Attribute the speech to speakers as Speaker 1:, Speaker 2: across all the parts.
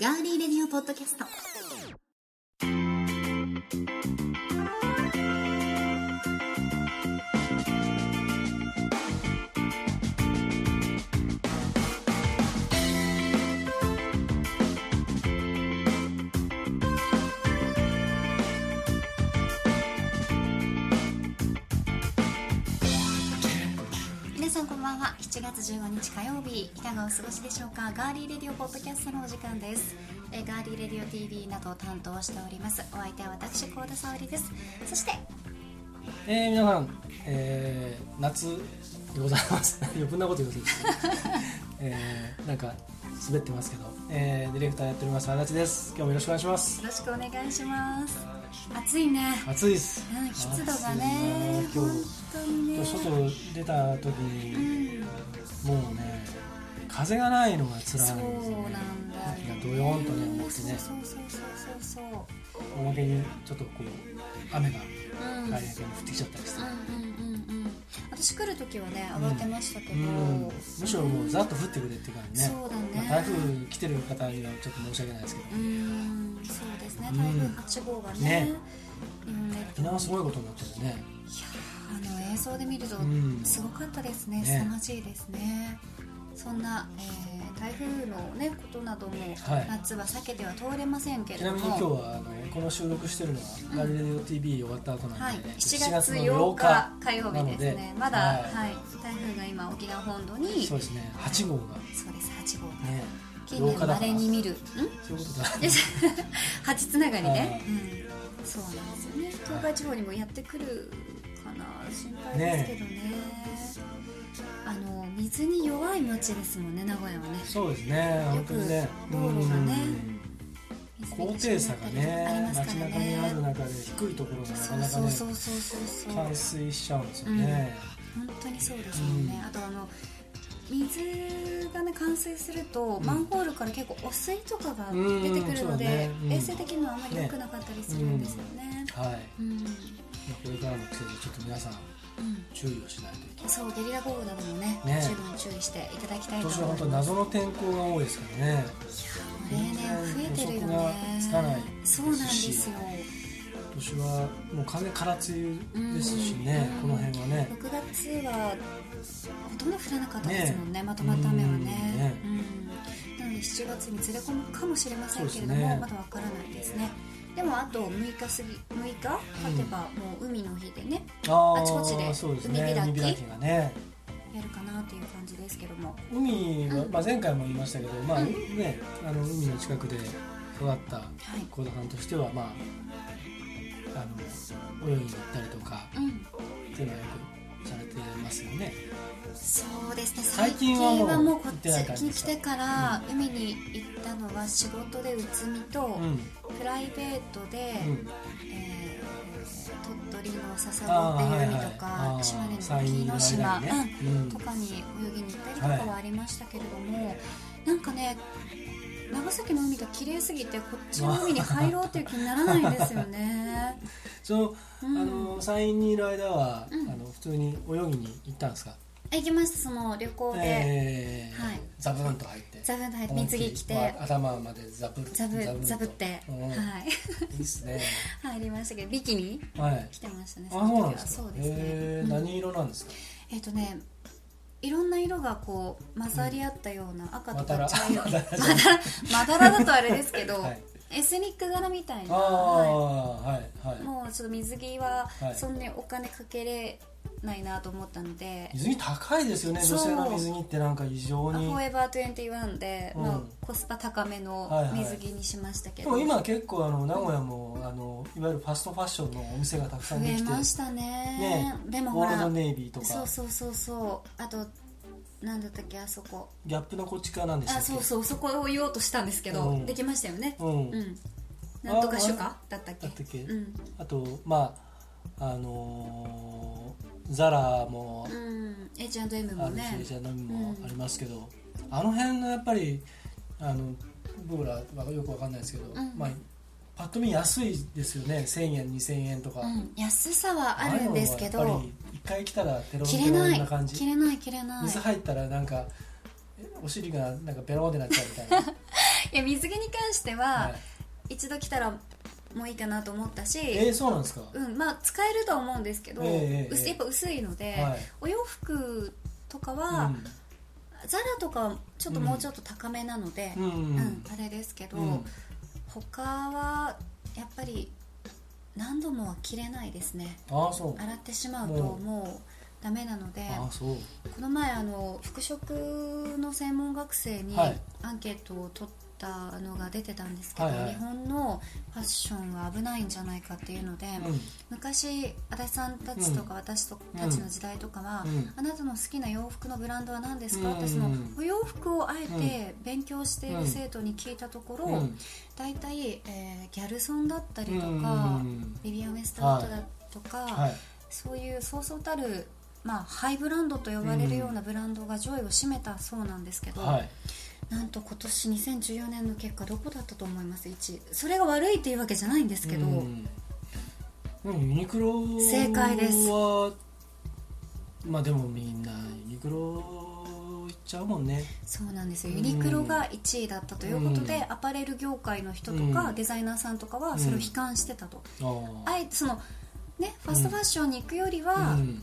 Speaker 1: ガーリーレディオポッドキャスト皆さんこんばんは7月15日火曜日いかがお過ごしでしょうかガーリーレディオポッドキャストのお時間ですえーガーリーレディオ TV などを担当しておりますお相手は私高田沙織ですそして
Speaker 2: えー、皆さん、えー、夏でございます。 余分なこと言うとですね、えー、なんか滑ってますけど、えー、ディレクターやっております足立です。今日もよろしくお願いします。
Speaker 1: よろしくお願いします暑いね
Speaker 2: 暑いです。
Speaker 1: うん湿度がね
Speaker 2: 暑い
Speaker 1: 本
Speaker 2: な
Speaker 1: 当にね
Speaker 2: 今日今日外出た時にもうね風がないのが
Speaker 1: そ
Speaker 2: 辛いんですね。
Speaker 1: うなんだよ
Speaker 2: なんかドヨーンとね思ってね
Speaker 1: そうそうそうそうそう
Speaker 2: おまけにちょっとこう雨が
Speaker 1: うん
Speaker 2: 帰りがけに降ってきちゃったりして。
Speaker 1: うんうんうんうん私来る時はね慌てましたけど、
Speaker 2: うん、むしろもうざっと降ってくれっていう感じね
Speaker 1: そうだね
Speaker 2: まあ台風来てる方にはちょっと申し訳ないですけど
Speaker 1: うんそうですね
Speaker 2: うん
Speaker 1: 台風8号がね,、
Speaker 2: ね
Speaker 1: うん、いや
Speaker 2: 沖縄すごいことになってるね
Speaker 1: ーあの映像で見ると
Speaker 2: うん
Speaker 1: すごかったですね、
Speaker 2: ね
Speaker 1: 凄まじいですねそんな、えー台風の、ね、ことなども、
Speaker 2: はい
Speaker 1: 夏は避けては通れませんけれ
Speaker 2: ち
Speaker 1: ど
Speaker 2: な
Speaker 1: も
Speaker 2: みに今日はあのこの収録してるのは「ガルレディオ TV」終わった後な
Speaker 1: は
Speaker 2: ん
Speaker 1: い
Speaker 2: で、ね、、
Speaker 1: 7月8日火曜日です
Speaker 2: なの
Speaker 1: ねまだ、はい
Speaker 2: は
Speaker 1: 台風が今沖縄本土に
Speaker 2: い、
Speaker 1: そ
Speaker 2: そう
Speaker 1: う
Speaker 2: ですね8号が
Speaker 1: です8号が、
Speaker 2: ね
Speaker 1: 近年まれに見るん
Speaker 2: そういうことだ
Speaker 1: よし蜂つながりねう
Speaker 2: は、
Speaker 1: ん、そうなんですよね東海地方にもやってくるかな心配ですけどねあの水に弱い町ですもんね名古屋はね
Speaker 2: そうですね本当にね
Speaker 1: 道路がね
Speaker 2: うん高低差がね
Speaker 1: あります
Speaker 2: 街
Speaker 1: から
Speaker 2: 中にある
Speaker 1: ね
Speaker 2: 中で低いところがなかなか
Speaker 1: そう
Speaker 2: ね
Speaker 1: そうそうそうそうそう
Speaker 2: 冠水しちゃうんですよね、
Speaker 1: 本当にそうですもんね、
Speaker 2: うん
Speaker 1: あとあの水がね冠水すると、マンホールから結構汚水とかが出てくるので、
Speaker 2: うんそうだねうん
Speaker 1: 衛生的にはあまり良くなかったりするんですよね
Speaker 2: はい、ま
Speaker 1: うん、うん
Speaker 2: あ、これからの季節ちょっと皆さん注意をしないといけない
Speaker 1: そうゲリラ豪雨などもね
Speaker 2: ね
Speaker 1: 十分注意していただきたい
Speaker 2: 今
Speaker 1: と
Speaker 2: 年は
Speaker 1: 思い
Speaker 2: 本
Speaker 1: ます
Speaker 2: 当謎の天候が多いですからね
Speaker 1: 例年増えてるよ
Speaker 2: 予測が
Speaker 1: ね
Speaker 2: つかない
Speaker 1: そうなんですよ
Speaker 2: 今年はもう完全に空梅雨ですしね、
Speaker 1: うん
Speaker 2: この辺はね
Speaker 1: 6月はほとんど降らなかったですもんねまとまった雨はね
Speaker 2: うんね
Speaker 1: うんなので7月にずれ込むかもしれませんけれど
Speaker 2: そうで
Speaker 1: も、
Speaker 2: すね
Speaker 1: まだわからないですねでもあと6日過ぎ6日経てばもう海の日でね、
Speaker 2: あ
Speaker 1: あちこちで
Speaker 2: そうですね
Speaker 1: 海開き
Speaker 2: 海開きがね
Speaker 1: やるかなという感じですけども
Speaker 2: 海は、
Speaker 1: うん
Speaker 2: まあ、前回も言いましたけど、まあ
Speaker 1: うん
Speaker 2: ね、あの海の近くで育った
Speaker 1: はい
Speaker 2: 幸田さんとしては、まあ、あの泳ぎに行ったりとか
Speaker 1: うん
Speaker 2: っていうのはよくされてますよね
Speaker 1: そうですね最
Speaker 2: 最
Speaker 1: 近
Speaker 2: 近
Speaker 1: は
Speaker 2: は
Speaker 1: も
Speaker 2: も
Speaker 1: う
Speaker 2: う
Speaker 1: こっち
Speaker 2: 行ってない感じ
Speaker 1: に
Speaker 2: です
Speaker 1: 来
Speaker 2: か
Speaker 1: てから海に行ったのは仕事で宇都宮と、
Speaker 2: うん、うん
Speaker 1: プライベートで、えー鳥取の笹子っていう海とか、
Speaker 2: あーはいはい
Speaker 1: 島根の
Speaker 2: あー山陰
Speaker 1: 沖
Speaker 2: の
Speaker 1: ノ島、
Speaker 2: ね
Speaker 1: うん
Speaker 2: うん
Speaker 1: とかに泳ぎに行ったりとかはありましたけれども、なんかね長崎の海が綺麗すぎてこっちの海に入ろうという気にならないんですよね。
Speaker 2: その
Speaker 1: う
Speaker 2: あ
Speaker 1: ん
Speaker 2: の山陰にいる間は、
Speaker 1: うん
Speaker 2: あの普通に泳ぎに行ったんですか、
Speaker 1: 行きましたその旅行で、
Speaker 2: えー
Speaker 1: はい
Speaker 2: ザブーンと入って
Speaker 1: ザブンと入って水着着
Speaker 2: ま
Speaker 1: て
Speaker 2: あ、頭までザブ
Speaker 1: ザブ
Speaker 2: ザブーンと
Speaker 1: ザブって、
Speaker 2: うん
Speaker 1: はい
Speaker 2: いいですね
Speaker 1: 入りましたけどビキニ
Speaker 2: はい
Speaker 1: 来てましたね
Speaker 2: あそうなんです
Speaker 1: そ
Speaker 2: か
Speaker 1: の時はそうですね、
Speaker 2: へ
Speaker 1: う
Speaker 2: え
Speaker 1: ん
Speaker 2: 何色なんですか
Speaker 1: えっ、とねいろんな色がこう混ざり合ったような赤とか茶色ま
Speaker 2: まだ
Speaker 1: だ
Speaker 2: ら
Speaker 1: ら まだらだとあれですけど、
Speaker 2: はい
Speaker 1: エスニック柄みたい
Speaker 2: あ
Speaker 1: な、は
Speaker 2: あはいはい
Speaker 1: いもうちょっと水着は
Speaker 2: はい
Speaker 1: そんなにお金かけれないなと思ったので、
Speaker 2: 水着高いですよね
Speaker 1: そう
Speaker 2: 女性の水着ってなんか異常
Speaker 1: まあ
Speaker 2: に
Speaker 1: フォーエバー21で、
Speaker 2: うん
Speaker 1: まあ、コスパ高めの水着にしましたけ
Speaker 2: で
Speaker 1: ど、
Speaker 2: も今結構あの名古屋もあのいわゆるファストファッションのお店がたくさん
Speaker 1: 増
Speaker 2: で
Speaker 1: え
Speaker 2: きて
Speaker 1: ましたね
Speaker 2: ね
Speaker 1: でも
Speaker 2: オ
Speaker 1: ほ
Speaker 2: ールド
Speaker 1: ら
Speaker 2: ネイビーとか
Speaker 1: そうそうそうそうあとなんだったっけあそこ
Speaker 2: ギャップのこっち側なんでした
Speaker 1: あ
Speaker 2: っけ
Speaker 1: そうそうそこを言おうとしたんですけど、
Speaker 2: うん
Speaker 1: できましたよね
Speaker 2: うん
Speaker 1: うん、なんとか主家だったっけ
Speaker 2: だったっけ
Speaker 1: うん
Speaker 2: あとまああのーザラも
Speaker 1: うん、H&M も
Speaker 2: ある
Speaker 1: ね
Speaker 2: し、ジャンダムもありますけど、あの辺のやっぱりあの僕らはよくわかんないですけど、
Speaker 1: ん
Speaker 2: まあパッと見安いですよね1000円2000円とか、
Speaker 1: うん、安さはあるんですけ
Speaker 2: ああいうのはやっ
Speaker 1: ど
Speaker 2: ぱり一回来たらテロン
Speaker 1: 切
Speaker 2: テ
Speaker 1: れ
Speaker 2: ロ
Speaker 1: な
Speaker 2: ンない感
Speaker 1: 切
Speaker 2: じ
Speaker 1: れない切れない
Speaker 2: 水入ったらなんかえお尻がなんかベロンってなっちゃうみたいな
Speaker 1: いや水着に関して
Speaker 2: は、
Speaker 1: はい一度着たらもういいかなと思ったし、
Speaker 2: えー、そうなんですか、
Speaker 1: うんまあ、使えるとは思うんですけど、
Speaker 2: ええええ
Speaker 1: 薄やっぱ薄いので、
Speaker 2: はい、
Speaker 1: お洋服とか
Speaker 2: う
Speaker 1: は、ザラとかはちょっともうちょっと高めなので、
Speaker 2: んうん
Speaker 1: うんあれですけど、
Speaker 2: うん
Speaker 1: 他はやっぱり何度もは着れないですね
Speaker 2: ああそう
Speaker 1: 洗ってしまうと
Speaker 2: もう
Speaker 1: もうダメなので
Speaker 2: ああそう
Speaker 1: この前あの服飾の専門学生に
Speaker 2: はい
Speaker 1: アンケートを取ったのが出てたんですけど、
Speaker 2: はいはい
Speaker 1: 日本のファッションは危ないんじゃないかっていうので、
Speaker 2: うん
Speaker 1: 昔足立さんたちとか私たちの時代とかは、
Speaker 2: うん
Speaker 1: あなたの好きな洋服のブランドは何ですか、
Speaker 2: うん
Speaker 1: ってそのお洋服をあえて勉強している生徒に聞いたところ、
Speaker 2: うん
Speaker 1: 大体、えーギャルソンだったり
Speaker 2: うん
Speaker 1: と
Speaker 2: うん
Speaker 1: か、
Speaker 2: うん
Speaker 1: ビビアン・ウェストウッドだとか、
Speaker 2: はい
Speaker 1: そういうそうそうたる、まあ、ハイブランドと呼ばれるようなブランドが上位を占めたそうなんですけど、
Speaker 2: はい
Speaker 1: なんと今年2014年の結果どこだったと思います1位それが悪いっていうわけじゃないんですけど、
Speaker 2: うんうんユニクロは
Speaker 1: 正解です
Speaker 2: まあでもみんなユニクロ行っちゃうもんね
Speaker 1: そうなんですよ
Speaker 2: うん
Speaker 1: ユニクロが1位だったということで、
Speaker 2: う
Speaker 1: アパレル業界の人とか、
Speaker 2: うん
Speaker 1: デザイナーさんとかはそれを悲観してたと、
Speaker 2: ああ
Speaker 1: あえてそのねファストファッションに行くよりは、
Speaker 2: うん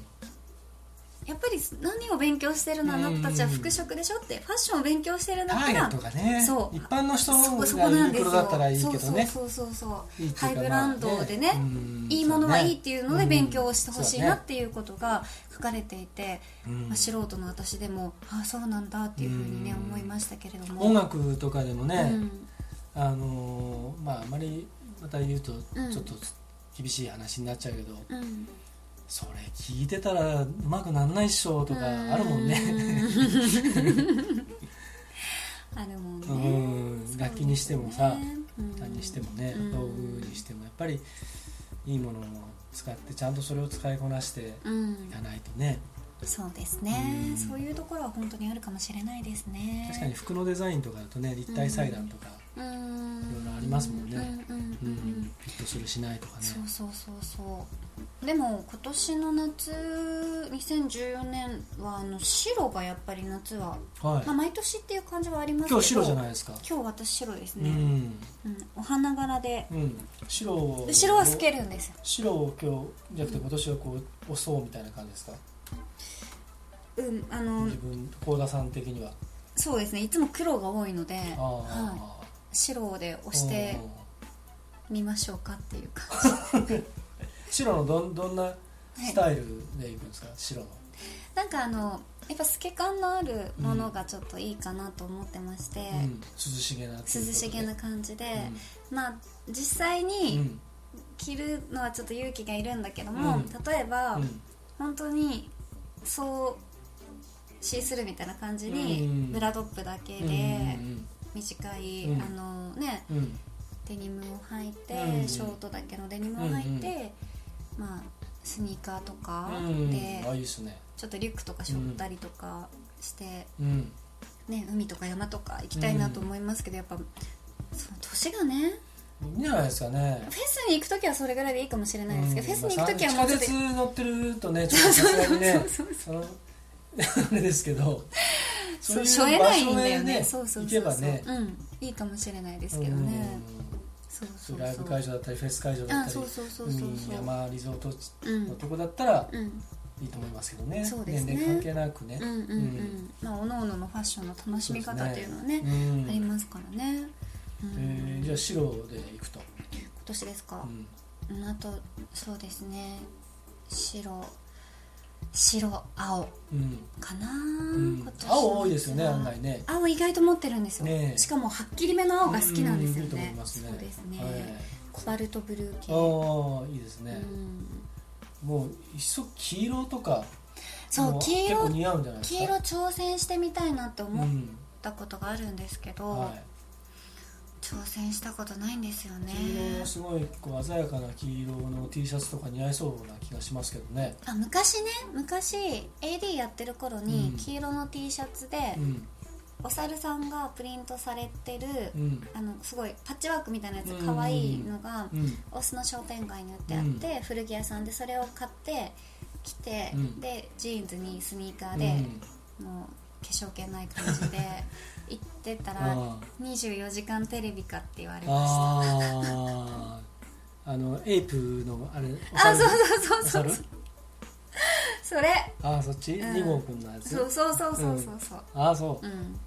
Speaker 1: やっぱり何を勉強してるのあなたたちは
Speaker 2: うん
Speaker 1: 服飾でしょってファッションを勉強してるんだ
Speaker 2: タ
Speaker 1: か
Speaker 2: イ
Speaker 1: ら
Speaker 2: ルとかね
Speaker 1: そう
Speaker 2: 一般の人
Speaker 1: そこそ
Speaker 2: が
Speaker 1: こ
Speaker 2: ユ
Speaker 1: なん
Speaker 2: ニ
Speaker 1: で
Speaker 2: ク
Speaker 1: す
Speaker 2: ロ
Speaker 1: よ
Speaker 2: だったらいいけどね
Speaker 1: そうそうそうそう
Speaker 2: いいっていうか
Speaker 1: ハイブランドでね
Speaker 2: まあうん
Speaker 1: いいものはいいっていうので勉強をしてほしいなっていうことが書かれていて、まあ、素人の私でもああそうなんだっていうふうにね
Speaker 2: うん
Speaker 1: 思いましたけれども
Speaker 2: 音楽とかでもね、
Speaker 1: うん
Speaker 2: あのーまああまりまた言うと
Speaker 1: うん
Speaker 2: ちょっと厳しい話になっちゃうけど、
Speaker 1: うん
Speaker 2: それ聞いてたらうまくなんないっしょとかあるもんね
Speaker 1: うん あるもん
Speaker 2: う
Speaker 1: ね
Speaker 2: ん、楽器にしてもさ、歌
Speaker 1: 何
Speaker 2: にしてもね、
Speaker 1: うん
Speaker 2: 道具にしてもやっぱりいいものを使ってちゃんとそれを使いこなして
Speaker 1: うん
Speaker 2: いかないとね
Speaker 1: そうですね、
Speaker 2: うん
Speaker 1: そういうところは本当にあるかもしれないですね
Speaker 2: 確かに服のデザインとかだとね立体裁断とか
Speaker 1: うん
Speaker 2: いろいろありますもんね
Speaker 1: うんうん
Speaker 2: う
Speaker 1: うんん、
Speaker 2: フィットするしないとかね
Speaker 1: そうそうそうそうでも今年の夏2014年はあの白がやっぱり夏は、
Speaker 2: は
Speaker 1: ま
Speaker 2: い
Speaker 1: あ、毎年っていう感じはありますけど
Speaker 2: 今日白じゃないですか、
Speaker 1: 今日私白です
Speaker 2: う
Speaker 1: ね、
Speaker 2: ん、
Speaker 1: うんお花柄で
Speaker 2: うん、白を
Speaker 1: 後ろは透けるんですよ
Speaker 2: 白を今日じゃなくて今年はこう押そうみたいな感じですか、
Speaker 1: うんあの
Speaker 2: 自分幸田さん的には
Speaker 1: そうですねいつも黒が多いので
Speaker 2: ああ、は
Speaker 1: 白で押してみましょうかっていうか
Speaker 2: 白のどんどんなスタイルでいくんですか、白の
Speaker 1: なんかあのやっぱ透け感のあるものがちょっといいかなと思ってまして、
Speaker 2: うん、涼しげな涼
Speaker 1: 涼しげな感じで、まあ実際
Speaker 2: うんう
Speaker 1: に
Speaker 2: ん
Speaker 1: 着るのはちょっと勇気がいるんだけども、
Speaker 2: うん
Speaker 1: 例えば、
Speaker 2: うん
Speaker 1: 本当にそうシースルーみたいな感じ
Speaker 2: う
Speaker 1: に
Speaker 2: ん
Speaker 1: ブラトップだけ
Speaker 2: うん
Speaker 1: で短い、
Speaker 2: うん
Speaker 1: あのね
Speaker 2: うんうん
Speaker 1: デニムを履いて、
Speaker 2: うん
Speaker 1: ショートだけのデニムを履いて、まあスニーカーとか
Speaker 2: うんうん
Speaker 1: で、
Speaker 2: あいいですね
Speaker 1: ちょっとリュックとか背負ったりとかして。
Speaker 2: うん
Speaker 1: ね、海とか山とか行きたいなと思いますけど、やっぱその年がね
Speaker 2: いいんじゃないですかね
Speaker 1: フェスに行く時はそれぐらいでいいかもしれないですけど、
Speaker 2: うん
Speaker 1: フェスに行く時はもうちょっ
Speaker 2: 地
Speaker 1: と
Speaker 2: 下鉄乗ってるとねちょっとさすがにねその あれですけど
Speaker 1: そうし
Speaker 2: そ
Speaker 1: ょ
Speaker 2: う
Speaker 1: え
Speaker 2: いう場
Speaker 1: ないん
Speaker 2: 所
Speaker 1: だよ
Speaker 2: へ
Speaker 1: ね
Speaker 2: ね
Speaker 1: そうそうそうそう
Speaker 2: 行けばね
Speaker 1: うん、いいかもしれないです
Speaker 2: うん
Speaker 1: けどね、そう
Speaker 2: そ
Speaker 1: そうう
Speaker 2: ライブ
Speaker 1: そう
Speaker 2: 会場だったりフェス会場だ
Speaker 1: あ
Speaker 2: ったり
Speaker 1: そうそうそうそうそう
Speaker 2: うん山リゾート地
Speaker 1: うん
Speaker 2: のとこだったら
Speaker 1: うん
Speaker 2: いいと思いますけどね、
Speaker 1: そうですね
Speaker 2: 年齢関係なくね
Speaker 1: うんう、んう
Speaker 2: うん
Speaker 1: んまあおのおののファッションの楽しみ方っていうのはね
Speaker 2: うん
Speaker 1: ありますからね、うん
Speaker 2: えーじゃあ白で行くと、
Speaker 1: 今年ですか
Speaker 2: う、ん
Speaker 1: うんあとそうですね白白青
Speaker 2: うん
Speaker 1: かな、
Speaker 2: うん
Speaker 1: 今年の
Speaker 2: 青多いですよね案外ね
Speaker 1: 青意外と持ってるんですよ、
Speaker 2: ねえ
Speaker 1: しかもはっきりめの青が好きなんですよ
Speaker 2: ういいと思
Speaker 1: ね
Speaker 2: いますね
Speaker 1: そうですね、
Speaker 2: はい
Speaker 1: コバルトブルー系
Speaker 2: ああいいです
Speaker 1: う
Speaker 2: ね、
Speaker 1: ん
Speaker 2: もういっそ黄色とか
Speaker 1: そう
Speaker 2: も
Speaker 1: 黄
Speaker 2: 結構
Speaker 1: 色
Speaker 2: 似合うんじゃないですか
Speaker 1: 黄色挑戦してみたいなって思
Speaker 2: う
Speaker 1: っ
Speaker 2: ん
Speaker 1: たことがあるんですけど、
Speaker 2: はい、
Speaker 1: 挑戦したことないんですよね
Speaker 2: 黄色すごいこう鮮やかな黄色の T シャツとか似合いそうな気がしますけどね、
Speaker 1: あ昔ね昔 AD やってる頃に
Speaker 2: うん
Speaker 1: 黄色の T シャツで、
Speaker 2: うん
Speaker 1: お猿さんがプリントされてる、
Speaker 2: うん
Speaker 1: あのすごいパッチワークみたいなや
Speaker 2: う
Speaker 1: つ
Speaker 2: ん
Speaker 1: 可愛いのが、
Speaker 2: うん
Speaker 1: オスの商店街に売ってあって、古着屋さんでそれを買って着て、
Speaker 2: うん
Speaker 1: でジーンズにスニーカー
Speaker 2: う
Speaker 1: で、
Speaker 2: ん
Speaker 1: もう化粧気ない感じで行ってたら
Speaker 2: あ
Speaker 1: 「24時間テレビか」って言われま
Speaker 2: あーあのエイプのあれ
Speaker 1: したあそうそうそうそう
Speaker 2: う
Speaker 1: それ
Speaker 2: ああそっち
Speaker 1: うん
Speaker 2: 二号くんのやつ
Speaker 1: そうそうそうそうそうそう
Speaker 2: ああそう
Speaker 1: うん、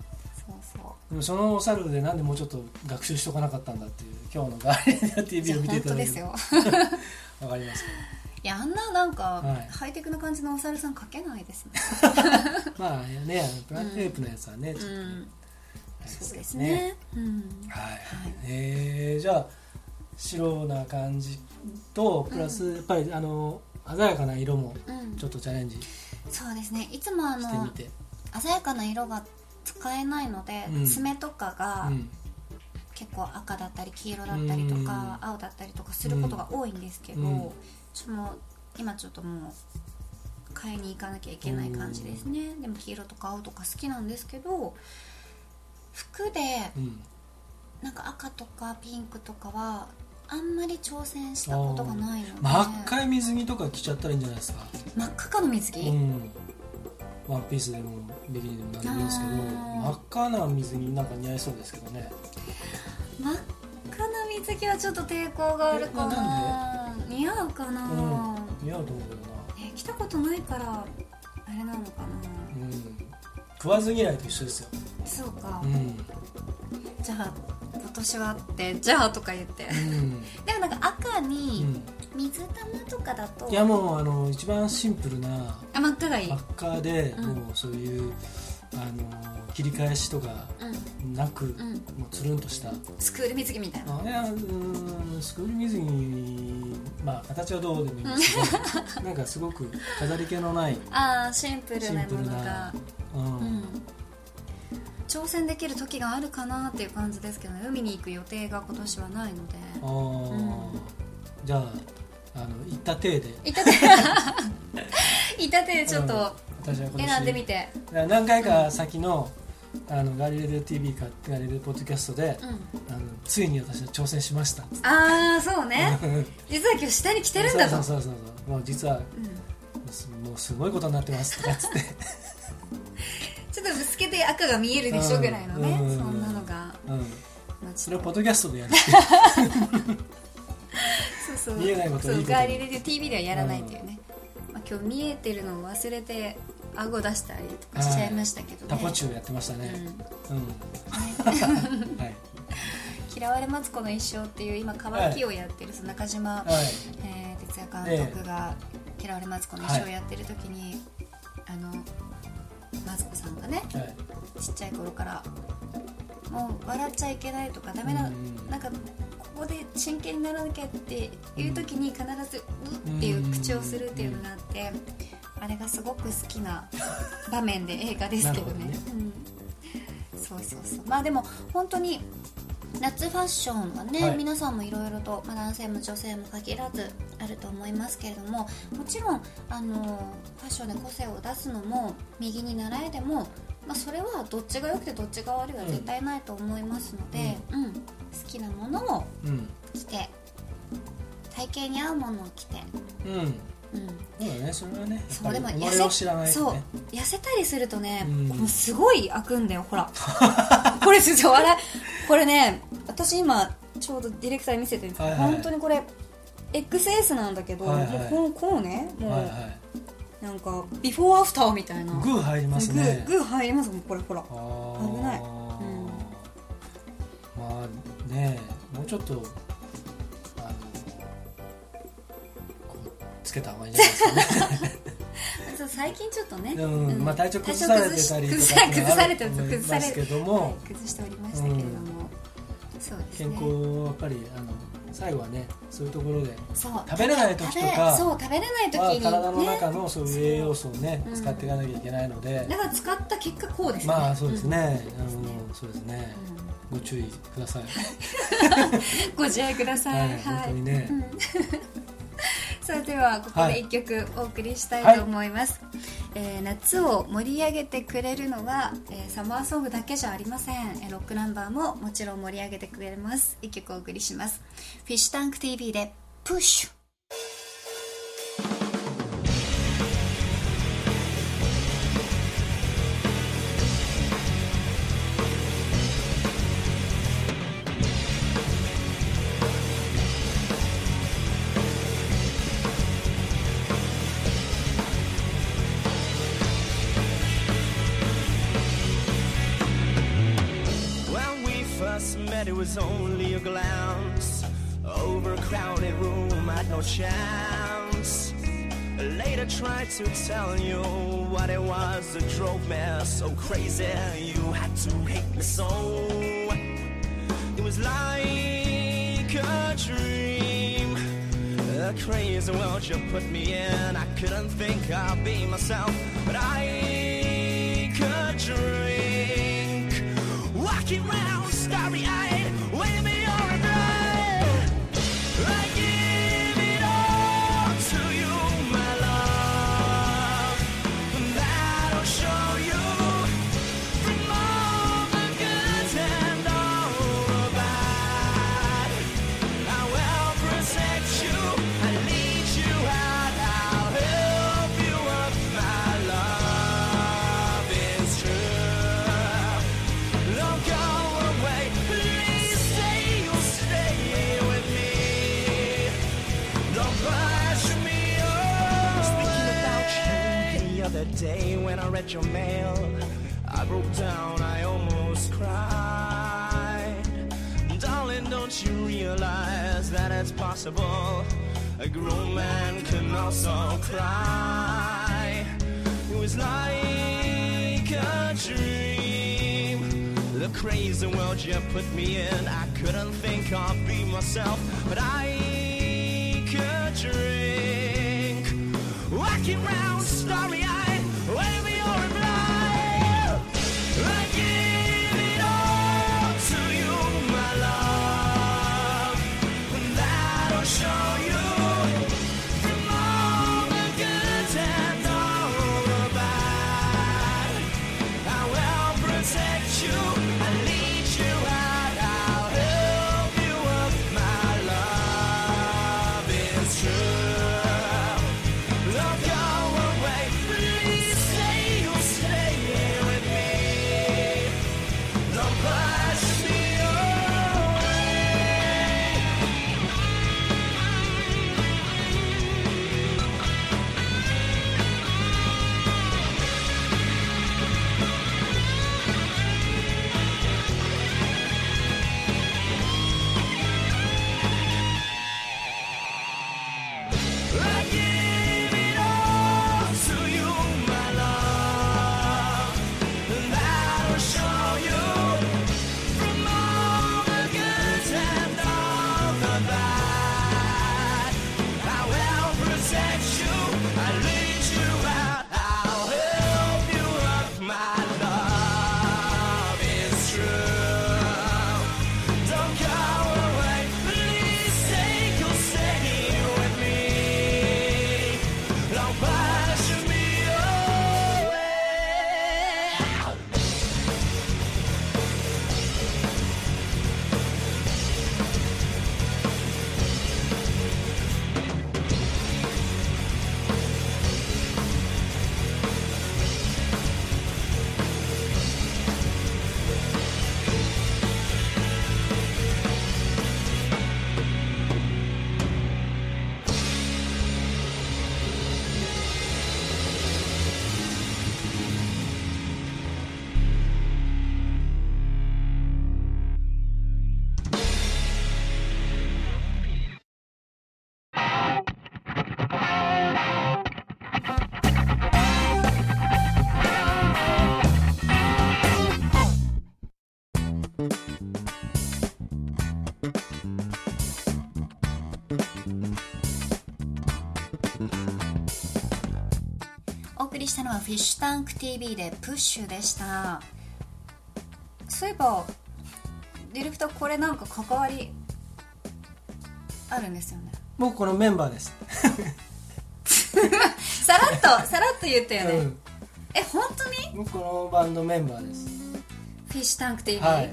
Speaker 1: そうそ
Speaker 2: でもそのお猿でなんでもうちょっと学習しとかなかったんだっていう今日のガーデン
Speaker 1: うじ
Speaker 2: TV
Speaker 1: ゃ
Speaker 2: を
Speaker 1: あ
Speaker 2: 見てい
Speaker 1: 本当
Speaker 2: ただ
Speaker 1: で
Speaker 2: け
Speaker 1: す
Speaker 2: る
Speaker 1: よ
Speaker 2: わかります
Speaker 1: いやあんななんか、
Speaker 2: はい
Speaker 1: ハイテクな感じのお猿さん描けない ですね
Speaker 2: まあねあの
Speaker 1: うん
Speaker 2: エイプのやつはねちょっとね
Speaker 1: うん
Speaker 2: あれ
Speaker 1: そう
Speaker 2: けど
Speaker 1: ですねうん
Speaker 2: はい
Speaker 1: はい
Speaker 2: えーじゃあ白な感じとプラスやっぱりあの鮮やかな色も
Speaker 1: うん
Speaker 2: ちょっとチャレンジし
Speaker 1: そうですねいつもあ
Speaker 2: てみ
Speaker 1: の
Speaker 2: て
Speaker 1: 鮮やかな色が使えないので、
Speaker 2: うん
Speaker 1: 爪とかが
Speaker 2: うん
Speaker 1: 結構赤だったり黄色だったりとか、青だったりとかすることが多いんですけど、
Speaker 2: うん
Speaker 1: その今ちょっともう買いに行かなきゃいけない感じですね、でも黄色とか青とか好きなんですけど服で
Speaker 2: うん
Speaker 1: なんか赤とかピンクとかはあんまり挑戦したことがないので
Speaker 2: 真っ赤い水着とか着ちゃったらいいんじゃないですか
Speaker 1: 真っ赤かの水着、
Speaker 2: うんワンピースでもビキニでも何でもいいですけど
Speaker 1: あー
Speaker 2: 真っ赤な水着なんか似合いそうですけどね
Speaker 1: 真っ赤な水着はちょっと抵抗があるか
Speaker 2: えな
Speaker 1: な似合うかな、
Speaker 2: 似合うと思うけどな、
Speaker 1: え着たことないからあれなのかな、
Speaker 2: うん、食わず嫌いと一緒ですよ、
Speaker 1: そうか、
Speaker 2: うん
Speaker 1: じゃあ今年はってじゃあとか言って、
Speaker 2: うん
Speaker 1: でもなんか赤
Speaker 2: う
Speaker 1: に
Speaker 2: ん、
Speaker 1: 水玉とかだと、
Speaker 2: いやもうあの一番シンプルな
Speaker 1: あ真っ赤がいい、
Speaker 2: 真っ赤で、
Speaker 1: うん
Speaker 2: もうそういうあの切り返しとか
Speaker 1: う
Speaker 2: なく、
Speaker 1: んうん
Speaker 2: もうつるんとした
Speaker 1: スクール水着みたいな
Speaker 2: あいやうーんスクール水着まあ形はどうでもいいんですけ どなんかすごく飾り気のない、
Speaker 1: あーシンプルな
Speaker 2: シン
Speaker 1: も
Speaker 2: プル
Speaker 1: の
Speaker 2: な
Speaker 1: が
Speaker 2: うん
Speaker 1: うん挑戦できる時があるかなっていう感じですけど、ね、海に行く予定が今年はない ので
Speaker 2: あーじゃああの行った体で
Speaker 1: いたて いたてちょっと
Speaker 2: 私は今年
Speaker 1: 選んでみて
Speaker 2: 何回か先の,、あのガリレディオ TV かガリレディオポッドキャストで、
Speaker 1: うん
Speaker 2: あのついに私は挑戦しましたっつっ
Speaker 1: ああそう ね
Speaker 2: て
Speaker 1: 実は今日下に着てるんだと
Speaker 2: そうそうそうそうもう実は
Speaker 1: うん
Speaker 2: すもうすごいことになってますとかっつって
Speaker 1: ちょっとぶつけて赤が見えるでしょぐらいのね
Speaker 2: うんうん
Speaker 1: そんなのが
Speaker 2: うん
Speaker 1: まあち
Speaker 2: そ
Speaker 1: ょ
Speaker 2: れ
Speaker 1: っ
Speaker 2: を
Speaker 1: と
Speaker 2: ポッドキャストでやるって
Speaker 1: そうそう
Speaker 2: 見えないことをいいこと
Speaker 1: そうガーリーレディオ TV ではやらないというね、まあ、今日見えてるのを忘れて顎出したりとかしちゃいましたけどね
Speaker 2: タコチューやってました
Speaker 1: う
Speaker 2: ね
Speaker 1: ん
Speaker 2: うん、はい
Speaker 1: 嫌われマツコの一生っていう今乾きをやってるその中島、
Speaker 2: はい
Speaker 1: えー哲也監督が嫌われマツコの一生をやってる時に、あのマツコさんがね
Speaker 2: はい
Speaker 1: ちっちゃい頃からもう笑っちゃいけないとかダメな、
Speaker 2: うん
Speaker 1: なんかここで真剣にならなきゃっていう時に必ず「う」っていう口をするっていうのがあってあれがすごく好きな場面で映画ですけどね
Speaker 2: なる
Speaker 1: うん、そうそうそうまあでも本当に夏ファッションはね、
Speaker 2: はい
Speaker 1: 皆さんもいろいろと、まあ、男性も女性も限らずあると思いますけれどももちろんあのファッションで個性を出すのも右に習えでも、まあ、それはどっちが良くてどっちが悪いは絶対ないと思いますので、うん好きなものを
Speaker 2: うん
Speaker 1: 着て体型に合うものを着て、
Speaker 2: うん
Speaker 1: うん、
Speaker 2: そうだねそ
Speaker 1: そう
Speaker 2: れはねや
Speaker 1: で
Speaker 2: っ
Speaker 1: も
Speaker 2: ぱり
Speaker 1: 痩
Speaker 2: 己を知らない
Speaker 1: せ
Speaker 2: と
Speaker 1: そう
Speaker 2: ね
Speaker 1: 痩せたりするとね、
Speaker 2: うん
Speaker 1: もうすごい開くんだよほ らこれ先生笑いこれね私今ちょうどディレクターに見せてるんですけど、
Speaker 2: はいはい
Speaker 1: 本当にこれ XS なんだけど、
Speaker 2: はいは
Speaker 1: も
Speaker 2: い
Speaker 1: うこうこうねもう、
Speaker 2: はいはい
Speaker 1: なんかビフォーアフターみたいな
Speaker 2: グー入りますね
Speaker 1: グーグー入りますもんこれほら
Speaker 2: ああ
Speaker 1: 危ないうん
Speaker 2: まあねもうちょっとあのこうつけた方がいいんじゃないですかね
Speaker 1: そう最近ちょっとね、
Speaker 2: うん
Speaker 1: うん
Speaker 2: まあ、体調崩されてた りと
Speaker 1: 体
Speaker 2: か
Speaker 1: 調崩されて
Speaker 2: っていうのはあると思い
Speaker 1: 崩
Speaker 2: ま
Speaker 1: され
Speaker 2: す
Speaker 1: て
Speaker 2: けど
Speaker 1: はい
Speaker 2: も、
Speaker 1: 崩しておりましたけれども、そうですね
Speaker 2: 健康はやっぱりあの最後はねそういうところで
Speaker 1: そう
Speaker 2: 食べれない時とか
Speaker 1: 食べそう食べれない時
Speaker 2: まあ
Speaker 1: に、ね
Speaker 2: 体の中のそういう栄養素をね
Speaker 1: そう
Speaker 2: 使っていかなきゃいけないので、
Speaker 1: だから使った結果こうですね
Speaker 2: まあそうです、ね、あ
Speaker 1: そう
Speaker 2: の
Speaker 1: ですね
Speaker 2: そうですね
Speaker 1: う、ん
Speaker 2: ご注意ください、
Speaker 1: うんご自愛ください、はい
Speaker 2: 本当にね、
Speaker 1: うんさあではここ
Speaker 2: は
Speaker 1: で
Speaker 2: い
Speaker 1: 一曲お送りしたいと思います、えー夏を盛り上げてくれるのは、えーサマーソングだけじゃありませんえーロックナンバーももちろん盛り上げてくれます一曲お送りしますフィッシュタンク TV でプッシュ
Speaker 3: 「 met it was only a glance. Overcrowded room, had no chance. Later tried to tell you what it was that drove me so crazy. You had to hate me so. It was like a dream. The crazy world you put me in, I couldn't think I'd be myself, but I could drink. Walking round starry eyed, waving me your embrace. I give it all to you, my love. That'll show you from all the good and all the bad. I will protect you. I lead you out. I'll help you up. My love is true. Don't go away. Please stay. You'll stay with me. Don't push me away. Speaking about you the other day when I read your mail, I broke down. I almost cried. Darling, don't you realize that it's possible? A grown man can also cry. It was like a dream. The crazy world you put me in, I couldn't think I'd be myself, but I could drink. Walking round starry eyed, waving your reply. I give it all to you, my love. That'll show you from all the good and all the bad. I will protect you. I lead you out. I'll help you up. My love is true. Don't go away. Please stay. You'll stay with me. Don't push me away. I give it all to you, my love. That'll show you from all the good and all the bad. I will protect you. I lead you out. I'll help you up. My love is true. Don't go away, please stay, you'll stay with me. Don't push me away.
Speaker 1: お送りしたのはフィッシュタンク TV でプッシュでしたそういえばディレクターこれなんか関わりあるんですよね
Speaker 2: 僕このメンバーです、
Speaker 1: さらっ とさらっと言ったよね、
Speaker 2: うん、
Speaker 1: え本当に
Speaker 2: 僕このバンドメンバーです
Speaker 1: フィッシュタンク TV、
Speaker 2: はい、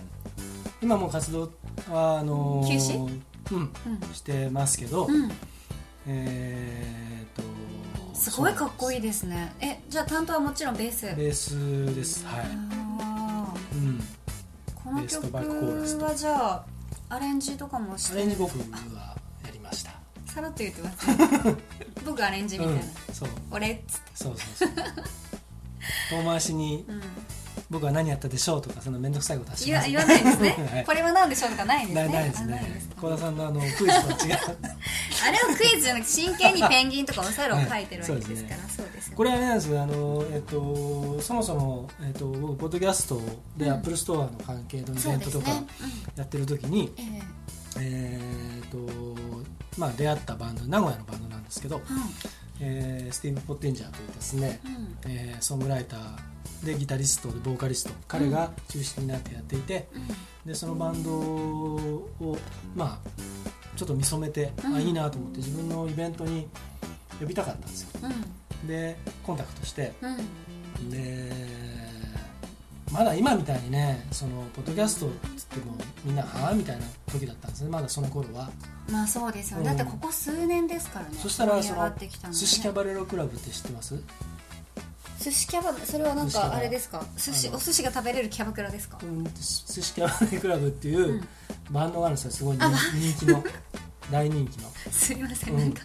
Speaker 2: 今もう活動はあのー
Speaker 1: 休止
Speaker 2: うん、
Speaker 1: う
Speaker 2: してますけど、
Speaker 1: んうん、
Speaker 2: えーっと
Speaker 1: すごいかっこいい
Speaker 2: い
Speaker 1: ですねえじゃあ担当はもちろんベース
Speaker 2: ベースですはい、
Speaker 1: あ
Speaker 2: うん、
Speaker 1: ーこの
Speaker 2: ベース
Speaker 1: 曲
Speaker 2: とバックコーラスと
Speaker 1: はじゃあアレンジとかもし
Speaker 2: ア
Speaker 1: て
Speaker 2: レンジ僕はやりました
Speaker 1: さらっと言ってますね 僕アレンジみたいな、
Speaker 2: うん、そう
Speaker 1: 俺っつって
Speaker 2: そうそうそう遠回しに
Speaker 1: うん
Speaker 2: 僕は何やったでしょうとかその面倒くさいことはし
Speaker 1: 言
Speaker 2: ま
Speaker 1: わ
Speaker 2: せん
Speaker 1: 言わないです
Speaker 2: は
Speaker 1: ね
Speaker 2: い
Speaker 1: これは何でしょうとかないです
Speaker 2: な
Speaker 1: ね
Speaker 2: ないです
Speaker 1: あ
Speaker 2: ね
Speaker 1: か
Speaker 2: 小田さんのあのクイズとは違う
Speaker 1: あれはクイズじゃなくて真剣にペンギンとかお猿を描いてるわけですから、
Speaker 2: は
Speaker 1: そうですよね
Speaker 2: これはあれなんですよあの、えっと、そもそも、えっと、僕ポッドキャストで、
Speaker 1: うん
Speaker 2: アップルストアの関係のイ
Speaker 1: そ
Speaker 2: ベ
Speaker 1: う
Speaker 2: ン
Speaker 1: で
Speaker 2: ト
Speaker 1: す
Speaker 2: と
Speaker 1: ね
Speaker 2: か、やってる時に、
Speaker 1: うんええ
Speaker 2: えっとまあ、出会ったバンド名古屋のバンドなんですけど、えースティーブ・ポッテンジャーというですね、
Speaker 1: うんうん
Speaker 2: えーソングライターでギタリストでボーカリスト彼が中心になってやっていて、でそのバンドをまあちょっと見初めて、
Speaker 1: うん
Speaker 2: あいいなと思って自分のイベントに呼びたかったんですよ
Speaker 1: う
Speaker 2: でコンタクトして
Speaker 1: んうんうん
Speaker 2: でまだ今みたいにねそのポッドキャストっつってもみんな「はあ?」みたいな時だったんですねまだその頃は
Speaker 1: まあそうですよ
Speaker 2: うん
Speaker 1: ねだってここ数年ですからね
Speaker 2: そしたら
Speaker 1: 盛り
Speaker 2: そ
Speaker 1: 上が
Speaker 2: の
Speaker 1: ってきたの
Speaker 2: 寿司キャ
Speaker 1: ね
Speaker 2: バレロクラブって知ってます
Speaker 1: 寿司キャバそれはなん
Speaker 2: 寿司キャ
Speaker 1: か
Speaker 2: バ
Speaker 1: あれですか寿司
Speaker 2: あの
Speaker 1: お寿司が食べれるキャバクラですか
Speaker 2: うん寿司キャバレロクラブっていう、
Speaker 1: うん
Speaker 2: バンドがあるんですよすごい人
Speaker 1: あ
Speaker 2: 人気の大人気の
Speaker 1: すいません
Speaker 2: うん
Speaker 1: なんか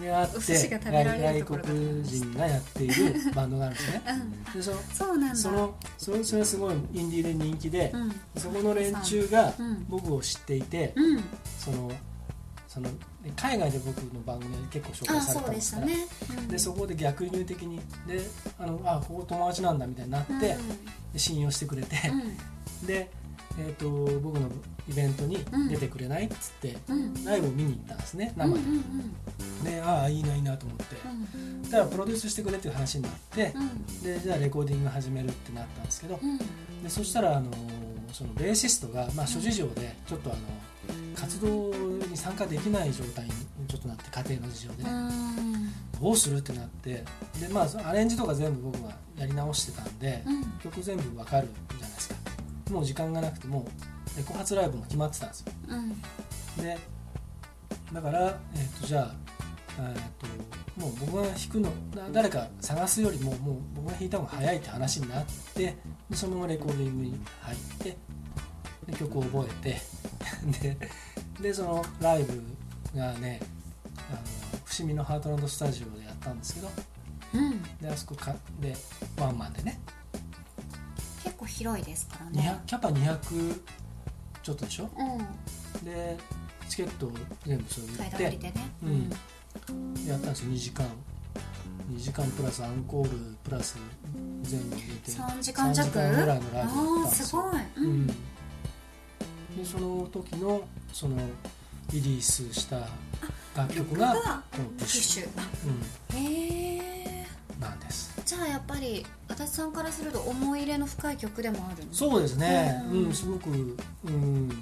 Speaker 2: であっ
Speaker 1: お寿司が
Speaker 2: て
Speaker 1: 食べられると
Speaker 2: 外
Speaker 1: ころだ
Speaker 2: 国人がやっているバンドがあるんですね
Speaker 1: うん
Speaker 2: でそ
Speaker 1: そうなんだ
Speaker 2: そのそれそれはすごいインディーで人気で、
Speaker 1: うん
Speaker 2: そこの連中が
Speaker 1: うん
Speaker 2: 僕を知っていて、
Speaker 1: うん
Speaker 2: そのその海外で僕の番組で結構紹介
Speaker 1: あ
Speaker 2: され
Speaker 1: そ
Speaker 2: た
Speaker 1: うんで
Speaker 2: で
Speaker 1: し
Speaker 2: す
Speaker 1: た
Speaker 2: から
Speaker 1: ねうん
Speaker 2: でそこで逆流的にであのあここ友達なんだみたいになって、
Speaker 1: うん
Speaker 2: で信用してくれて、
Speaker 1: うん
Speaker 2: で、えー、と僕のイベントに出てくれないっつって、
Speaker 1: うん
Speaker 2: ライブを見に行ったんですね生で、
Speaker 1: うんうん
Speaker 2: でああいいないいなと思って、
Speaker 1: うん
Speaker 2: だからプロデュースしてくれっていう話になって、
Speaker 1: うん
Speaker 2: でじゃあレコーディング始めるってなったんですけど、
Speaker 1: うん
Speaker 2: でそしたらあのそのベーシストが、まあ、諸事情でちょっとあの活動に参加できない状態にちょっとなって家庭の事情で
Speaker 1: う
Speaker 2: ね、
Speaker 1: ん
Speaker 2: どうするってなってで、まあ、そのアレンジとか全部僕がやり直してたんで、
Speaker 1: うん
Speaker 2: 曲全部わかるじゃないですかもう時間がなくてもレコ発ライブも決まってたんですよ
Speaker 1: うん
Speaker 2: でだから、えっとじゃあ、えっともう僕が弾くのな誰か探すよりももう僕が弾いた方が早いって話になってでそのままレコーディングに入ってで曲を覚えて ででそのライブがねあの伏見のハートランドスタジオでやったんですけど
Speaker 1: うん
Speaker 2: であそこかでワンマンでね
Speaker 1: 結構広いですからね
Speaker 2: 200キャパ200ちょっとでしょ
Speaker 1: うん
Speaker 2: でチケットを全部それ
Speaker 1: 階
Speaker 2: 売っ
Speaker 1: 段降
Speaker 2: て
Speaker 1: りてね
Speaker 2: うん、やったんですよ2時間2時間プラスアンコールプラス全部入れて
Speaker 1: 3時間弱
Speaker 2: 3時間ぐらいのライブだったん
Speaker 1: ああ
Speaker 2: ですす
Speaker 1: ご
Speaker 2: よ
Speaker 1: い
Speaker 2: うん
Speaker 1: うん
Speaker 2: でその時のそのリリースした楽曲が
Speaker 1: 曲が
Speaker 2: この「プッ
Speaker 1: ティッ
Speaker 2: シ
Speaker 1: シュ」
Speaker 2: ュう
Speaker 1: へえ
Speaker 2: ん、なんです
Speaker 1: じゃあやっぱり足立さんからすると思い入れの深い曲でもあるの
Speaker 2: そうですね
Speaker 1: う
Speaker 2: うんん、すごくうんあのー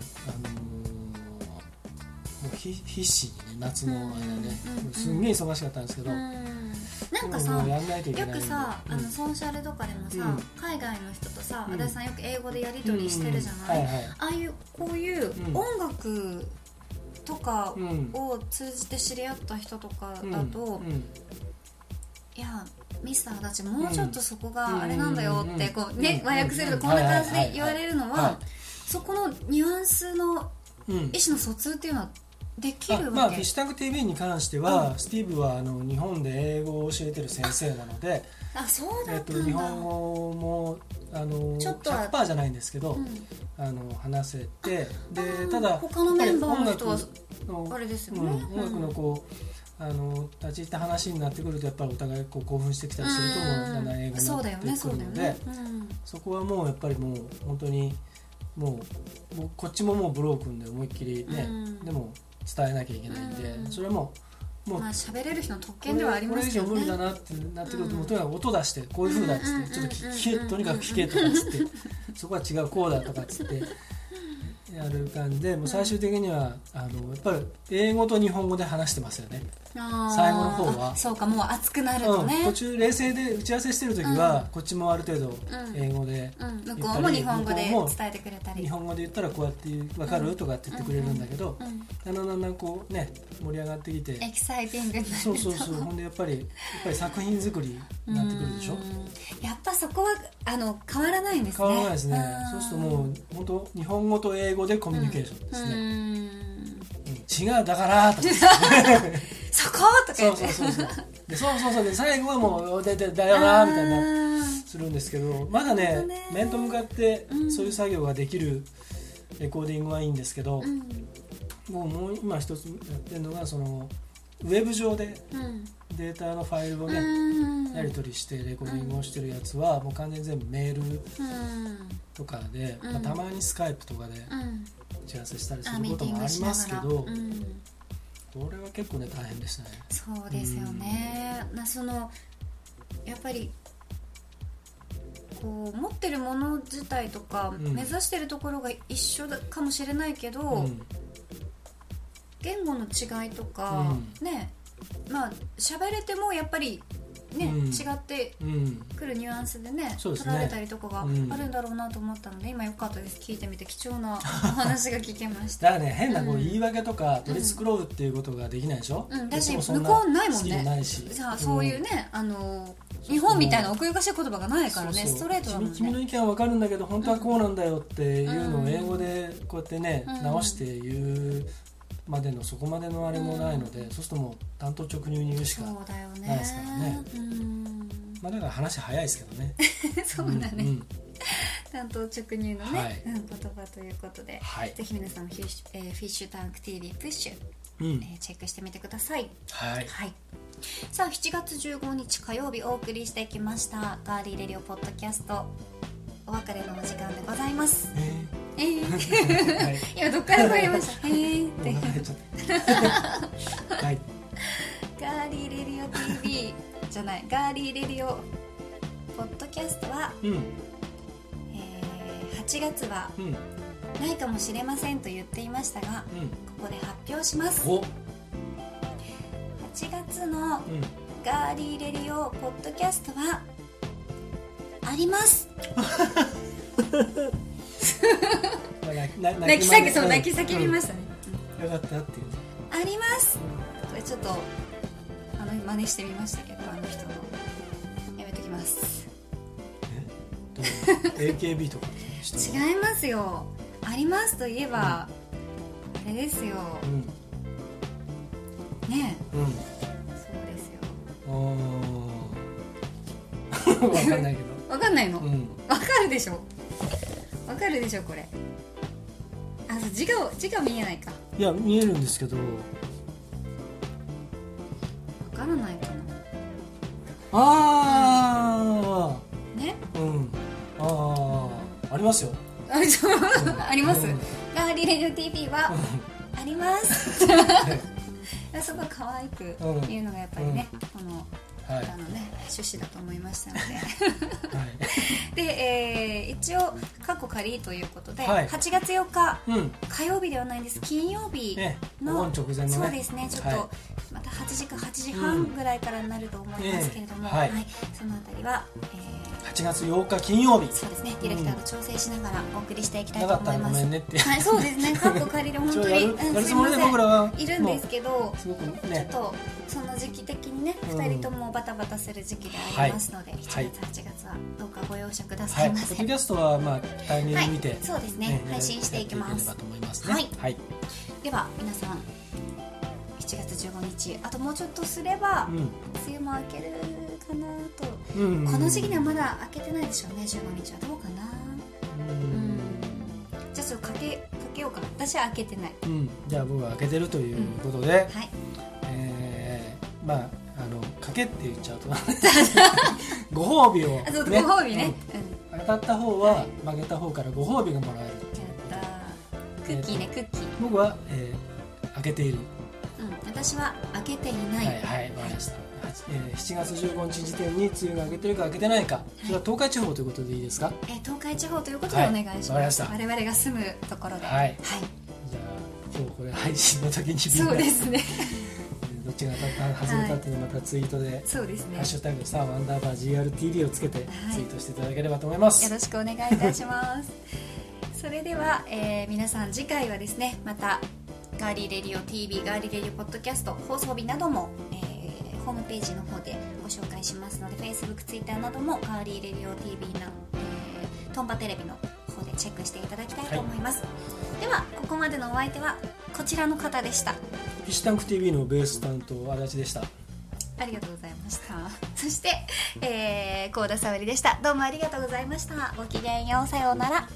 Speaker 2: もうひ必死にね夏の間ね、
Speaker 1: うんうん
Speaker 2: すんげえ忙しかったんですけど、
Speaker 1: うんなんか
Speaker 2: でも
Speaker 1: さ
Speaker 2: もうやんないといけ
Speaker 1: よ
Speaker 2: ないん
Speaker 1: く
Speaker 2: で
Speaker 1: さ、
Speaker 2: うん
Speaker 1: あのソンシャルとかでもさ、
Speaker 2: うん
Speaker 1: 海外の人とさ、
Speaker 2: うん
Speaker 1: 足立さんよく英語でやり取りしてるじゃない、
Speaker 2: うんはいはい
Speaker 1: ああいうこういう
Speaker 2: うん
Speaker 1: 音楽とか
Speaker 2: うん
Speaker 1: を通じて知り合った人とか
Speaker 2: うん
Speaker 1: だと、
Speaker 2: うん
Speaker 1: いやミスターたちもうちょっとそこがあれなんだよって
Speaker 2: うん
Speaker 1: こうね
Speaker 2: うん
Speaker 1: 和訳すると
Speaker 2: うん
Speaker 1: こんな感じ
Speaker 2: はいはいはいは
Speaker 1: で
Speaker 2: い
Speaker 1: 言われるの
Speaker 2: は
Speaker 1: はそこのニュアンスの
Speaker 2: うん
Speaker 1: 意思の疎通っていうのはでき
Speaker 2: あ
Speaker 1: る
Speaker 2: まあ、
Speaker 1: わ
Speaker 2: フィ
Speaker 1: け
Speaker 2: ッシュタグ TV に関しては、スティーブはあの日本で英語を教えてる先生なので、
Speaker 1: あそう
Speaker 2: え
Speaker 1: だ
Speaker 2: っ
Speaker 1: った
Speaker 2: と、
Speaker 1: ん
Speaker 2: 日
Speaker 1: だ
Speaker 2: 本語もあの
Speaker 1: ちょっとは
Speaker 2: 100%じゃないんですけど、
Speaker 1: うん
Speaker 2: あの話せて
Speaker 1: う
Speaker 2: で
Speaker 1: ん
Speaker 2: ただ
Speaker 1: 他のメンバーの人は
Speaker 2: やっぱり音楽の
Speaker 1: あれですよ
Speaker 2: う
Speaker 1: ね
Speaker 2: ん、音楽のこうあの立ち入った話になってくるとやっぱりお互いこう興奮してきたりするともうだんだん英語に
Speaker 1: そうだよ
Speaker 2: な
Speaker 1: ね
Speaker 2: ってく
Speaker 1: そう
Speaker 2: る
Speaker 1: だよ
Speaker 2: ので、
Speaker 1: ねうん
Speaker 2: そこはもうやっぱりもう本当にもうもうこっちももうブロークンで思いっきりね、
Speaker 1: うん
Speaker 2: でも伝えなきゃいけないんで、
Speaker 1: うん
Speaker 2: それはもうもう
Speaker 1: まあ喋れる人の特権ではあり
Speaker 2: こ
Speaker 1: ま
Speaker 2: れ以
Speaker 1: すけ
Speaker 2: 上
Speaker 1: ど
Speaker 2: 無理だ
Speaker 1: ね
Speaker 2: なってなってくると、
Speaker 1: うん
Speaker 2: もうとにかく音出してこういうふうだっつって、
Speaker 1: うんうん
Speaker 2: ちょっと聞
Speaker 1: うん
Speaker 2: け、
Speaker 1: うん
Speaker 2: とにかく聞けとかっつって、そこは違うこうだとかっつってやる感じでもう最終的にはあのやっぱり英語と日本語で話してますよね、
Speaker 1: あー
Speaker 2: 最後の方は
Speaker 1: あそうかもう熱くなると
Speaker 2: うん
Speaker 1: ね
Speaker 2: 途中冷静で打ち合わせしてる時は、こっちもある程度
Speaker 1: ん
Speaker 2: 英語で、
Speaker 1: うん向こうも日本語で
Speaker 2: 向こうも
Speaker 1: 伝えてくれたり
Speaker 2: 日本語で言ったらこうやって言う分かる、とかって言ってくれるんだけど、
Speaker 1: うん
Speaker 2: だんだんだんだんこうね盛り上がってき
Speaker 1: エ
Speaker 2: て
Speaker 1: キサイティングになる
Speaker 2: そうそうそうほんでやっぱりやっぱり作品作りになってくるでしょ
Speaker 1: うんやっぱそこはあの変わらないんですね
Speaker 2: 変わらないですね
Speaker 1: ん
Speaker 2: そうするともう本当日本語と英語でコミュニケーションです
Speaker 1: う
Speaker 2: ね、
Speaker 1: ん
Speaker 2: うん違うだから とか
Speaker 1: そことか
Speaker 2: そ
Speaker 1: 言っ
Speaker 2: う
Speaker 1: て
Speaker 2: そうそうそうでそうそうそうで最後はもうででだよなみたいな
Speaker 1: あー
Speaker 2: するんですけどまだね
Speaker 1: 本当ね
Speaker 2: 面と向かって
Speaker 1: うん
Speaker 2: そういう作業ができるレコーディングはいいんですけど
Speaker 1: う、ん
Speaker 2: もうもう今一つやってるのがそのウェブ上で
Speaker 1: うん
Speaker 2: データのファイルを
Speaker 1: う
Speaker 2: ね、
Speaker 1: ん
Speaker 2: やり取りしてレコーディングをしてるやつはもう完全に全部メール
Speaker 1: うん
Speaker 2: とかで、
Speaker 1: うん
Speaker 2: まあ、たまにスカイプとかで
Speaker 1: うん
Speaker 2: 打ち合わせしたり
Speaker 1: あ
Speaker 2: する
Speaker 1: ミ
Speaker 2: こ
Speaker 1: ーティ
Speaker 2: と
Speaker 1: ン
Speaker 2: も
Speaker 1: グ
Speaker 2: あ
Speaker 1: を
Speaker 2: り
Speaker 1: しなが
Speaker 2: ま
Speaker 1: ら
Speaker 2: すけど
Speaker 1: うん
Speaker 2: これは結構ね大変でしたね
Speaker 1: そうですよね、なそのやっぱりこう持ってるもの自体とか、
Speaker 2: うん
Speaker 1: 目指してるところが一緒だかもしれないけど、
Speaker 2: うん
Speaker 1: 言語の違いとか、ねまあ喋れてもやっぱりね、
Speaker 2: うん
Speaker 1: 違って
Speaker 2: うん
Speaker 1: くるニュアンスでね
Speaker 2: そうです
Speaker 1: 取
Speaker 2: ね
Speaker 1: られたりとかが
Speaker 2: うん
Speaker 1: あるんだろうなと思ったので、今よかったです聞いてみて貴重 なお話が聞けまし
Speaker 2: だ
Speaker 1: た
Speaker 2: からね変なこう
Speaker 1: うん
Speaker 2: 言い訳とか取り繕うっていうことができないでしょ、
Speaker 1: うん
Speaker 2: で
Speaker 1: だし
Speaker 2: もそん
Speaker 1: 向こうないもんね
Speaker 2: スキルないし
Speaker 1: じゃあそういうね、あの日本みたいな奥ゆかしい言葉がないからね
Speaker 2: そうそう
Speaker 1: ストレートだもん
Speaker 2: 君君の
Speaker 1: ね
Speaker 2: 意見は分かるんだけど本当はこうなんだよっていうの
Speaker 1: う
Speaker 2: を
Speaker 1: ん
Speaker 2: 英語でこうやってね、
Speaker 1: うん
Speaker 2: 直して言うまでのそこまでのあれもないので、そうするともう担当直入に言うし
Speaker 1: そ
Speaker 2: か
Speaker 1: うだよね
Speaker 2: ないですからね
Speaker 1: うん
Speaker 2: まあだから話早いですけどね
Speaker 1: そうだね、
Speaker 2: んん
Speaker 1: 担当直入のね、
Speaker 2: はい
Speaker 1: うん、言葉ということで、
Speaker 2: はい
Speaker 1: ぜひ皆さんもフィッシュ、えーフィッシュタンク TV プッシュ、
Speaker 2: うん
Speaker 1: えーチェックしてみてください
Speaker 2: はい
Speaker 1: はい。さあ7月15日火曜日お送りしてきましたガーリーレディオポッドキャストお別れのお時間でございます。
Speaker 2: え
Speaker 1: え ー、
Speaker 2: ーはい
Speaker 1: 今どっから声ま した。えー、って
Speaker 2: お腹減っちゃったはい
Speaker 1: ガーリーレディオ TV じゃないガーリーレディオポッドキャストは、
Speaker 2: うん
Speaker 1: えー、8月は
Speaker 2: うんうん
Speaker 1: ないかもしれませんと言っていましたがここで発表します。
Speaker 2: お
Speaker 1: 8月の
Speaker 2: うん
Speaker 1: ガーリーレディオポッドキャストはあります。
Speaker 2: まあ泣 き泣
Speaker 1: 泣き叫びそう泣き
Speaker 2: 先
Speaker 1: 叫びましたね。
Speaker 2: よかったっていうね
Speaker 1: ありますこれちょっとあの真似してみましたけどあの人のやめときます
Speaker 2: どういうの AKB とかして
Speaker 1: 違いますよありますといえば、あれですよ
Speaker 2: うん
Speaker 1: ね
Speaker 2: うん
Speaker 1: そうですよ
Speaker 2: わかんないけど。
Speaker 1: わかんないの
Speaker 2: う
Speaker 1: わ、
Speaker 2: ん。
Speaker 1: かるでしょわかるでしょこれあそう字が字が見えないかわ
Speaker 2: いや見えるんですけど。
Speaker 1: からないかな
Speaker 2: あ
Speaker 1: ね
Speaker 2: あ。うん。ああ。ありますよ。
Speaker 1: あちょあります、
Speaker 2: うん
Speaker 1: ガーリーレディオ TV はあります すごい可愛く言うのがやっぱりね、この
Speaker 2: はい。
Speaker 1: あのね趣旨だと思いましたの
Speaker 2: はい。
Speaker 1: でで、えー一応過去仮ということで、
Speaker 2: はい
Speaker 1: 8月4日
Speaker 2: うん。
Speaker 1: 火曜日ではないんです金曜日
Speaker 2: ええ
Speaker 1: の、
Speaker 2: お盆直前のね
Speaker 1: そうですねちょっと、
Speaker 2: はい
Speaker 1: また8時か8時半ぐらいからになると思いますけれども、
Speaker 2: ええはい
Speaker 1: そのあたりは、えー
Speaker 2: 8月8日金曜日。
Speaker 1: そうですねディレクターと調整しながらお送りしていきたい
Speaker 2: な
Speaker 1: と
Speaker 2: かっ
Speaker 1: 思い
Speaker 2: た
Speaker 1: ま
Speaker 2: らご
Speaker 1: す
Speaker 2: めんねって。
Speaker 1: はい、そうですね、カッコ借 りで本
Speaker 2: 一
Speaker 1: 当
Speaker 2: 応
Speaker 1: に、
Speaker 2: やる
Speaker 1: うん
Speaker 2: やる
Speaker 1: す
Speaker 2: つ
Speaker 1: い
Speaker 2: も
Speaker 1: ま
Speaker 2: りで
Speaker 1: せ
Speaker 2: 僕らは。
Speaker 1: ん、いるんですけど、
Speaker 2: すごく
Speaker 1: ちょっ
Speaker 2: ね。
Speaker 1: とその時期的にね、
Speaker 2: うん
Speaker 1: 2人ともバタバタする時期でありますので、
Speaker 2: はい
Speaker 1: 7月、
Speaker 2: はい
Speaker 1: 8月はどうかご容赦くださ
Speaker 2: はい。
Speaker 1: い
Speaker 2: ポ
Speaker 1: ま
Speaker 2: ッド
Speaker 1: せ。
Speaker 2: キャストはまあタイミング見て。
Speaker 1: そうですね配信していきます
Speaker 2: やっていければと思いますね。
Speaker 1: はい
Speaker 2: はい。
Speaker 1: では皆さん7月15日あともうちょっとすれば、梅雨も明けるかなと、
Speaker 2: うん。う
Speaker 1: こ
Speaker 2: ん。
Speaker 1: の時期にはまだ明けてないでしょうね15日はどうかな
Speaker 2: うん。
Speaker 1: じゃあちょっとかけかけようかな私は明けてない
Speaker 2: うん。じゃあ僕は開けてるということで。
Speaker 1: はい
Speaker 2: えーまああの賭けって言っちゃう とご褒美を、
Speaker 1: あそう、ご褒美ね、うん
Speaker 2: うん当たった方は負けた方からご褒美がもらえる
Speaker 1: やったークッキーねクッキー
Speaker 2: 僕は、えー開けている
Speaker 1: うん私は開けていな、
Speaker 2: はいいはいわかりました、はちえー7月15日時点に梅雨が明けてるか明けてないかそれは東海地方ということでいいですか
Speaker 1: えー東海地方ということでお願いします,、
Speaker 2: はいわかりました
Speaker 1: 我々が住むところでは
Speaker 2: はいい、じゃあ今日これ配信の時にみん
Speaker 1: そう
Speaker 2: な
Speaker 1: ですね
Speaker 2: どっちが当たった外れたっていうのをまたツイートで、
Speaker 1: そうですね
Speaker 2: ハッシュタグさあワンダーバー GRTV をつけて
Speaker 1: はい
Speaker 2: ツイートしていただければと思います、
Speaker 1: よろしくお願いいたしますそれでは、えー皆さん次回はですねまたガーリーレディオ TV ガーリーレディオポッドキャスト放送日なども、えーホームページの方でご紹介しますので Facebook、Twitter などもガーリーレディオ TV の、えー、トンパテレビの方でチェックしていただきたいと思います、ではここまでのお相手はこちらの方でした
Speaker 2: フィッシュタンク TV のベース担当足立でした
Speaker 1: 足ありがとうございま したそして、えー、高田沙織でしたどうもありがとうございましたごきげんようさようなら